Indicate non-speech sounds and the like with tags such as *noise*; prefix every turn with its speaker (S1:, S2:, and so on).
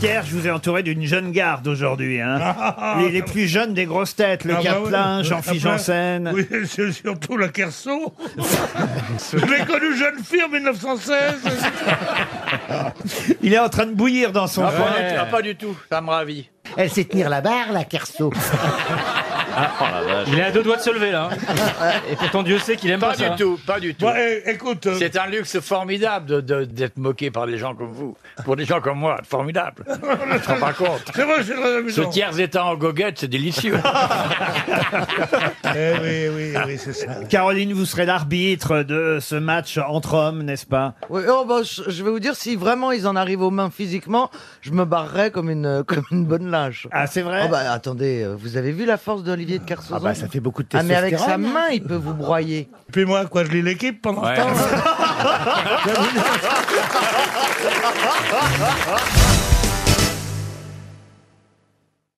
S1: Pierre, je vous ai entouré d'une jeune garde aujourd'hui. hein. les, les plus jeunes des grosses têtes, le
S2: Ah bah
S1: Caplin,
S2: ouais.
S1: Jean-Philippe
S2: Après,
S1: Janssen.
S2: Oui, c'est surtout
S1: *laughs*
S2: la Kerso. Je l'ai connu jeune fille en
S3: *laughs*
S2: 1916.
S1: Il est en train de bouillir dans son
S3: Ah,
S1: coin.
S3: ouais. Ah, pas du tout, ça me ravit.
S4: Elle sait tenir la barre, la Kerso.
S5: Il est à deux doigts de se lever là. hein. Et pourtant Dieu sait qu'il aime pas,
S3: Pas
S5: ça.
S3: du tout, pas du tout.
S2: Bon, eh, écoute, euh,
S3: C'est un luxe formidable de- de- d'être moqué par des gens comme vous. Pour des gens comme moi,
S5: *laughs*
S3: formidable. Je ne rends pas compte.
S2: c'est vrai, c'est très
S3: Ce
S2: amusant.
S3: tiers état en goguette, c'est
S5: *laughs*
S3: délicieux.
S2: Eh oui, oui, oui, c'est ça.
S1: Caroline, vous serez l'arbitre de ce match entre hommes, n'est-ce pas
S6: Oui, oh bah, je je vais vous dire, si vraiment ils en arrivent aux mains physiquement, je me barrerais comme une, *laughs* comme une bonne lâche.
S1: Ah, c'est vrai
S6: Oh bah attendez, euh, vous avez vu la force d'Olivier de Carson
S4: Ah bah ça fait beaucoup de
S6: Ah mais
S4: testostérone.
S6: avec sa main, il peut vous broyer.
S2: Puis moi, quoi, je lis l'équipe pendant ce temps.